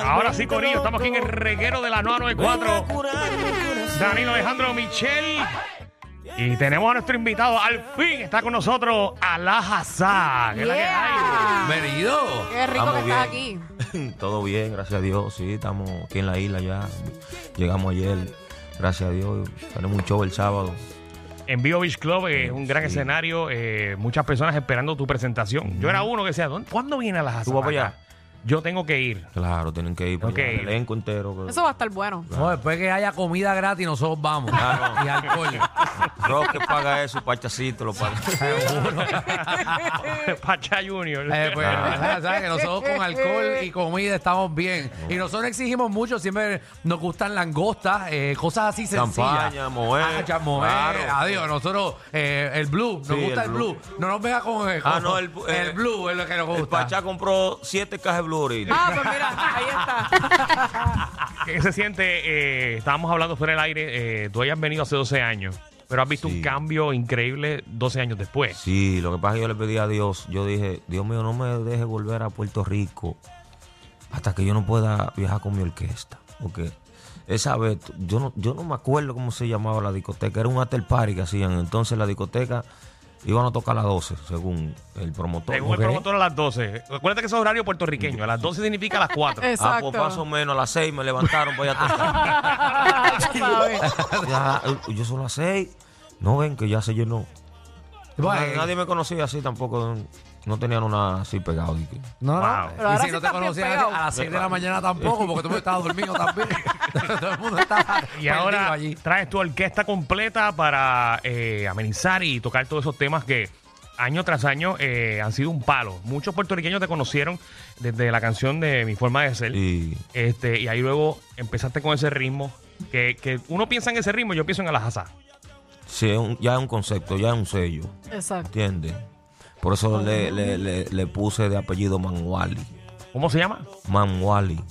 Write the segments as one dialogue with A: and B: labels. A: Ahora sí, Corillo, estamos aquí en el reguero de la 994. Danilo Alejandro Michel. Y tenemos a nuestro invitado, al fin está con nosotros Alá Hassan. ¿Qué es la que hay?
B: Bienvenido.
C: Qué rico
B: Estamos
C: que estás aquí.
B: bien. Todo bien, gracias a Dios. Sí, estamos aquí en la isla ya. Llegamos ayer. Gracias a Dios. Tenemos un show el sábado.
A: En Bio Beach Club eh, es un gran escenario, eh, muchas personas esperando tu presentación. Yo era uno que decía, "¿Dónde- ¿cuándo viene Alá Hassan?
B: Mm. ¿Tú vas para allá?
A: Yo tengo que ir.
B: Claro, tienen que ir para
A: Ok.
B: allá, el elenco entero. que-
C: Eso va a estar bueno.
D: No, después que haya comida gratis, nosotros vamos.
B: Claro.
D: Y alcohol.
B: Rock que paga eso, parchacito lo paga.
A: Pacha Junior.
D: Eh, pues, ¿sabes? ¿sabes? Que nosotros con alcohol y comida estamos bien. Y nosotros exigimos mucho, siempre nos gustan langostas, eh, cosas así sencillas.
B: Champaña, mover.
D: Ah, ya, mover.
B: Claro.
D: Adiós, nosotros, eh, el blue, nos
B: Sí,
D: gusta
B: el
D: el
B: blue.
D: blue. No nos venga con el,
B: Ah, no, el-
D: con-
B: eh,
D: el blue, es lo que nos
B: El
D: gusta.
B: Pachá compró siete cajas de Blue ahorita.
C: Ah, pues mira, ahí está.
A: ¿Qué se siente? eh, estábamos hablando fuera del aire. eh, tú hayas venido hace 12 años, pero has visto
B: Sí.
A: un cambio increíble 12 años después.
B: Sí, lo que pasa es que yo le pedí a Dios, yo dije, Dios mío, no me dejes volver a Puerto Rico hasta que yo no pueda viajar con mi orquesta. Porque esa vez, t- yo no, yo no me acuerdo cómo se llamaba la discoteca, era un after party que hacían. Entonces la discoteca iban a tocar a las 12, según el promotor.
A: Según
B: Ok.
A: el promotor a las 12. Acuérdate que es horario puertorriqueño. A las 12 significa a las
B: Ah,
A: 4.
B: pues
C: Exacto.
B: más o menos a las 6 me levantaron para allá tocar.
C: Ya sabes.
B: Ya, eh, yo son las 6, no ven que ya se llenó.
D: Bueno,
B: Nadie- nadie me conocía así tampoco, no tenían una así pegado. y que-
D: No, no.
A: Wow.
C: Pero ahora
D: y si
C: sí
D: no te
C: estás bien
D: conocías
C: pegado.
D: a las 6 de la mañana tampoco, porque tú me estabas dormido también. Todo el mundo estaba
A: Y ahora
D: allí.
A: traes tu orquesta completa para eh, amenizar y tocar todos esos temas que año tras año eh, han sido un palo. Muchos puertorriqueños te conocieron desde la canción de Mi Forma de Ser.
B: Y
A: Este, y ahí luego empezaste con ese ritmo. Que, que uno piensa en ese ritmo, yo pienso en Alajazá.
B: sí, es un- ya es un concepto, ya es un sello.
C: Exacto.
B: ¿Entiendes? Por eso le, le- le- le puse de apellido Manuali.
A: ¿Cómo se llama?
B: Manuali.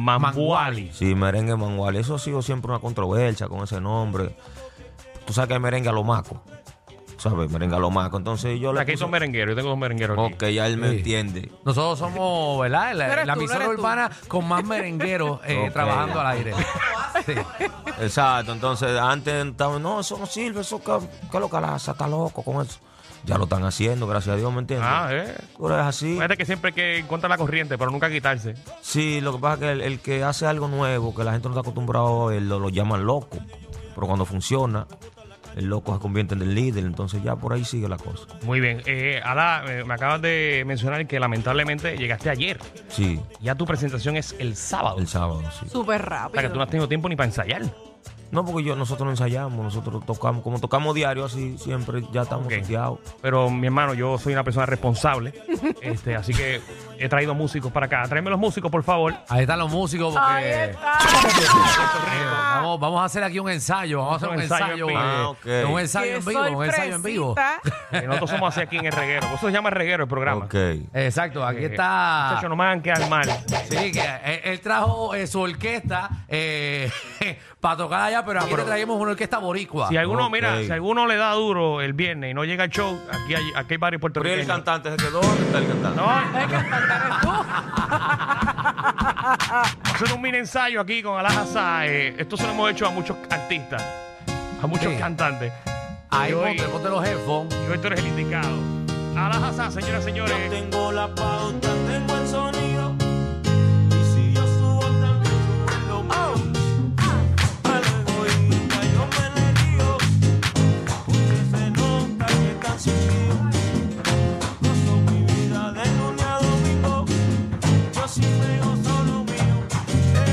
A: Mambuali.
B: Sí, merengue Manuali. Eso ha sido siempre una controversia con ese nombre. Tú sabes que hay merengue a lo maco. ¿Sabes? Merengue a lo maco. Entonces yo le
A: Aquí son
B: puse...
A: merengueros, yo tengo dos merengueros aquí.
B: Ok, ya él me
D: Sí.
B: entiende.
D: Nosotros somos, ¿verdad?
C: No
D: La,
C: eres
D: la
C: tú, no
D: emisora
C: eres tú.
D: urbana con más merengueros eh,
B: Ok.
D: trabajando al aire. Sí.
B: Exacto. Entonces antes estaba, no, eso no sirve, eso que, que lo calaza, está loco con eso. Ya lo están haciendo, gracias a Dios, ¿me entiendes?
A: Ah, eh.
B: Pero es así.
A: Fíjate que siempre hay que encontrar la corriente, pero nunca quitarse.
B: Sí, lo que pasa es que el, el que hace algo nuevo, que la gente no está acostumbrado a verlo, lo llaman loco. Pero cuando funciona, el loco se convierte en el líder. Entonces ya por ahí sigue la cosa.
A: Muy bien. Eh, Ala, eh, me acabas de mencionar que lamentablemente llegaste ayer.
B: Sí,
A: Ya tu presentación es el sábado.
B: el sábado, sí.
C: Súper
A: O sea que tú no
C: rápido.
A: has tenido tiempo ni para ensayar.
B: No, porque yo, nosotros no ensayamos, nosotros tocamos, como tocamos diario así, siempre ya estamos
A: Ok.
B: seteados.
A: Pero mi hermano, yo soy una persona responsable. este, así que he traído músicos para acá. Tráeme los músicos, por favor.
D: Ahí están los músicos. Porque,
C: Ahí está.
D: eh, vamos, vamos a hacer aquí un ensayo. Vamos a hacer un, ensayo,
A: en
B: vivo.
D: eh,
B: Ah, ok.
D: un ensayo en
C: Qué
D: vivo. Un ensayo en vivo.
C: sorpresita.
A: Eh, nosotros somos así aquí en el reguero. Por eso se llama reguero el programa.
B: Ok.
D: Exacto, aquí
A: Eh,
D: está.
A: Muchachos, no me hagan quedar mal.
D: Sí, que eh, él trajo eh, su orquesta eh, para tocar allá, pero aquí le traímos una orquesta boricua.
A: Si alguno,
B: ok.
A: mira, si alguno le da duro el viernes y no llega al show, aquí hay, aquí hay varios
B: Pero ¿y el
A: puertorriqueños.
B: cantante se quedó, ¿dónde está el cantante?
A: No,
C: Hay que cantar tú.
A: hacer un mini ensayo aquí con Alajaza. esto se lo hemos hecho a muchos artistas, a muchos
D: Sí.
A: cantantes.
D: Ahí
A: Y hoy,
D: ponte, ponte los headphones.
A: y hoy tú eres el indicado. Alajaza, señoras y
E: Yo
A: señores.
E: tengo la pauta, tengo el sonido. Y si yo subo, también sube lo mío. Al egoísta yo me le digo, porque se nota que están sufridos. Gozo mi vida de lunes a domingo. Yo sí me gozo lo mío.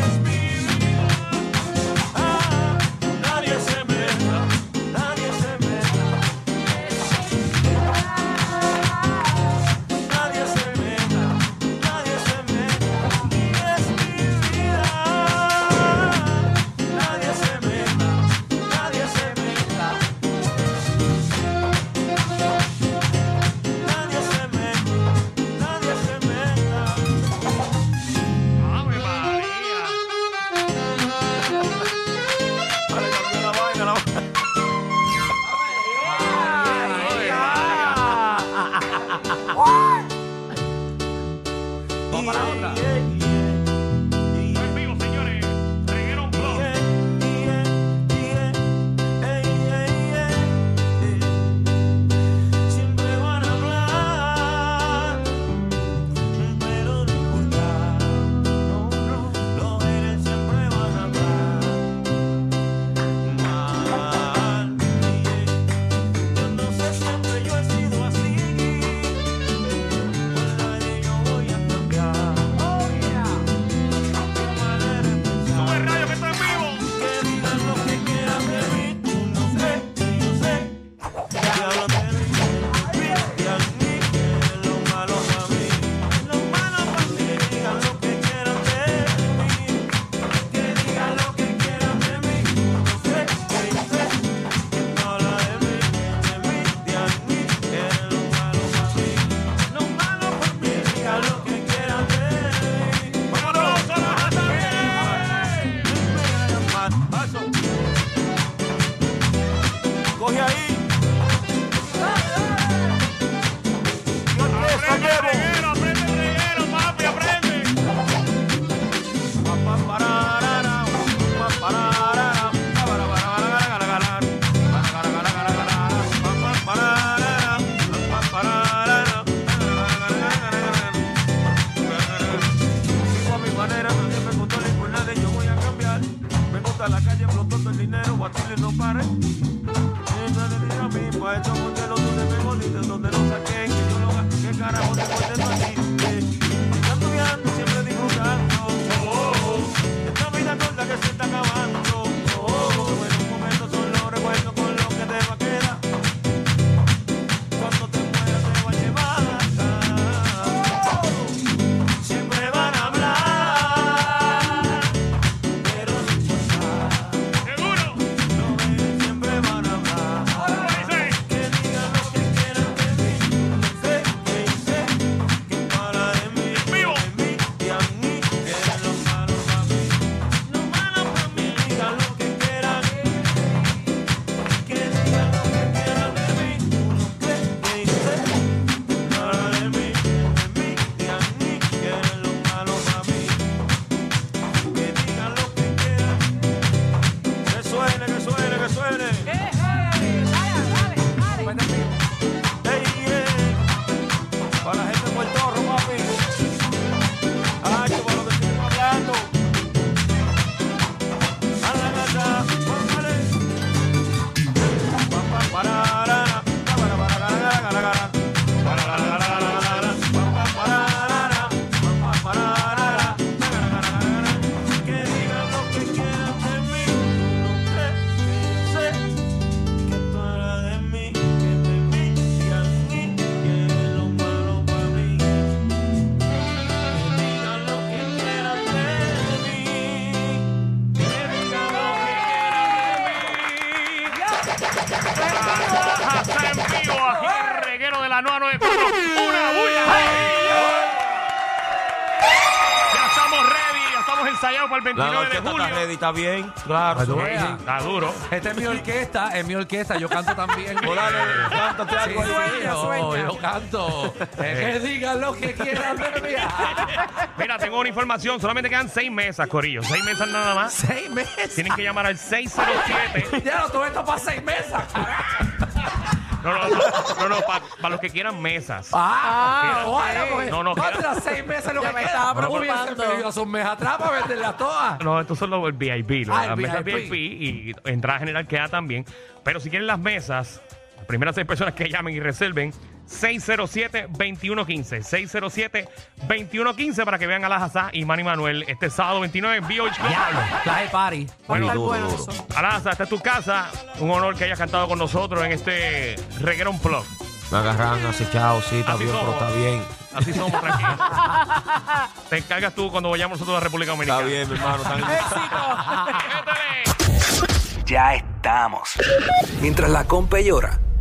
E: Es mi vida. Ah, nadie se meta, nadie se meta. Nadie se meta, compatible no paré. Esa alegría misma, eso porque lo tuve me bonito, donde lo saqué, que yo lo gasté, que carajo te cuente no existe. Estando viajando y siempre disfrutando, oh, oh. esta vida corta que se está acabando, oh, oh. en un momento solo recuerdo con lo que te va a quedar. Cuando te mueras te va a llevar. Siempre van a hablar, pero sin forzar.
A: Seguro.
E: No ven, siempre van a hablar. Que digan lo que quieran de mí. Sé que sé que para de mí,
A: vivo.
E: de mí y a mí. Que es lo malo para mí. Lo malo para mí. Que digan lo que quieran. Que digan lo que quieran de mí. Uno cree que sé que para de mí, de mí y a mí. Que es lo malo para mí. Que digan lo que quieran. Que suene, que suene, que suene.
C: Eh, eh, dale, dale, dale.
E: Ey, ey. Para la gente de Puerto Rico, papi. Ay, que bueno que estuvimos hablando. A la gata, póngale. Pa, pa, pararara, pa, para, para, gara, gara, gara. Para, gara, gara, gara, gara. Pa, pa, pararara, pa, pa, pararara, pa, gara, gara, gara, gara. Que digan lo que quieran de mí. No sé, que sé que tú eres de mí, que de mí y a mí, que eres lo malo para mí. Que digan lo que quieran de mí, que digan lo que quieran de mí.
A: Ajá, está en vivo aquí en el reguero de la 994. ¡Una bulla! Ya estamos ready, ya estamos ensayados para el
B: La
A: 29 de
B: orquesta está
A: julio.
B: ready, está bien. Claro.
D: Ay, tú-
B: sí.
A: Ea, Está duro.
D: Esta es mi orquesta, es mi orquesta, yo canto también.
B: Pues dale, cántate
D: Sí,
B: algo ahí.
D: sí, yo,
C: sueña.
D: yo canto. Es que digan lo que quieran de mí.
A: Mira, tengo una información. Solamente quedan seis mesas, Corillo. Seis mesas nada más.
D: Seis meses.
A: Tienen que llamar al 607.
D: Ya lo tuve esto para seis meses.
A: No, no, no, no, no, para los que quieran mesas.
D: Ah,
A: ok.
D: bueno, pues.
A: No, no,
D: Cuatro,
A: queda-
D: seis meses lo
C: Ya
D: que
C: me
D: queda.
C: estaba
D: Bueno, pues,
C: preocupando.
D: hubiese pedido a sus mes atrás para venderlas todas.
A: No, estos son los el VIP, los-
D: Ah, el
A: las mesas
D: VIP.
A: VIP y entrada general queda también. Pero si quieren las mesas, las primeras seis personas que llamen y reserven, 607-2115. 607-2115 para que vean a la Hazá y Manny Manuel este sábado 29 en BH Club.
D: Las de party.
C: Dale.
B: Muy
C: Va a estar
B: duro,
C: bueno
B: duro.
C: eso.
A: Alaza, esta es tu casa. Un honor que hayas cantado con nosotros en este Reguerón Plug.
B: Me agarran así, chao, sí, está
A: Así
B: bien, pero
A: somos.
B: está bien.
A: Así somos, tranquilos. Te encargas tú cuando vayamos nosotros a la República
B: Está
A: Dominicana.
B: bien, mi hermano, está bien.
A: Métele.
F: Ya estamos. Mientras la compa llora,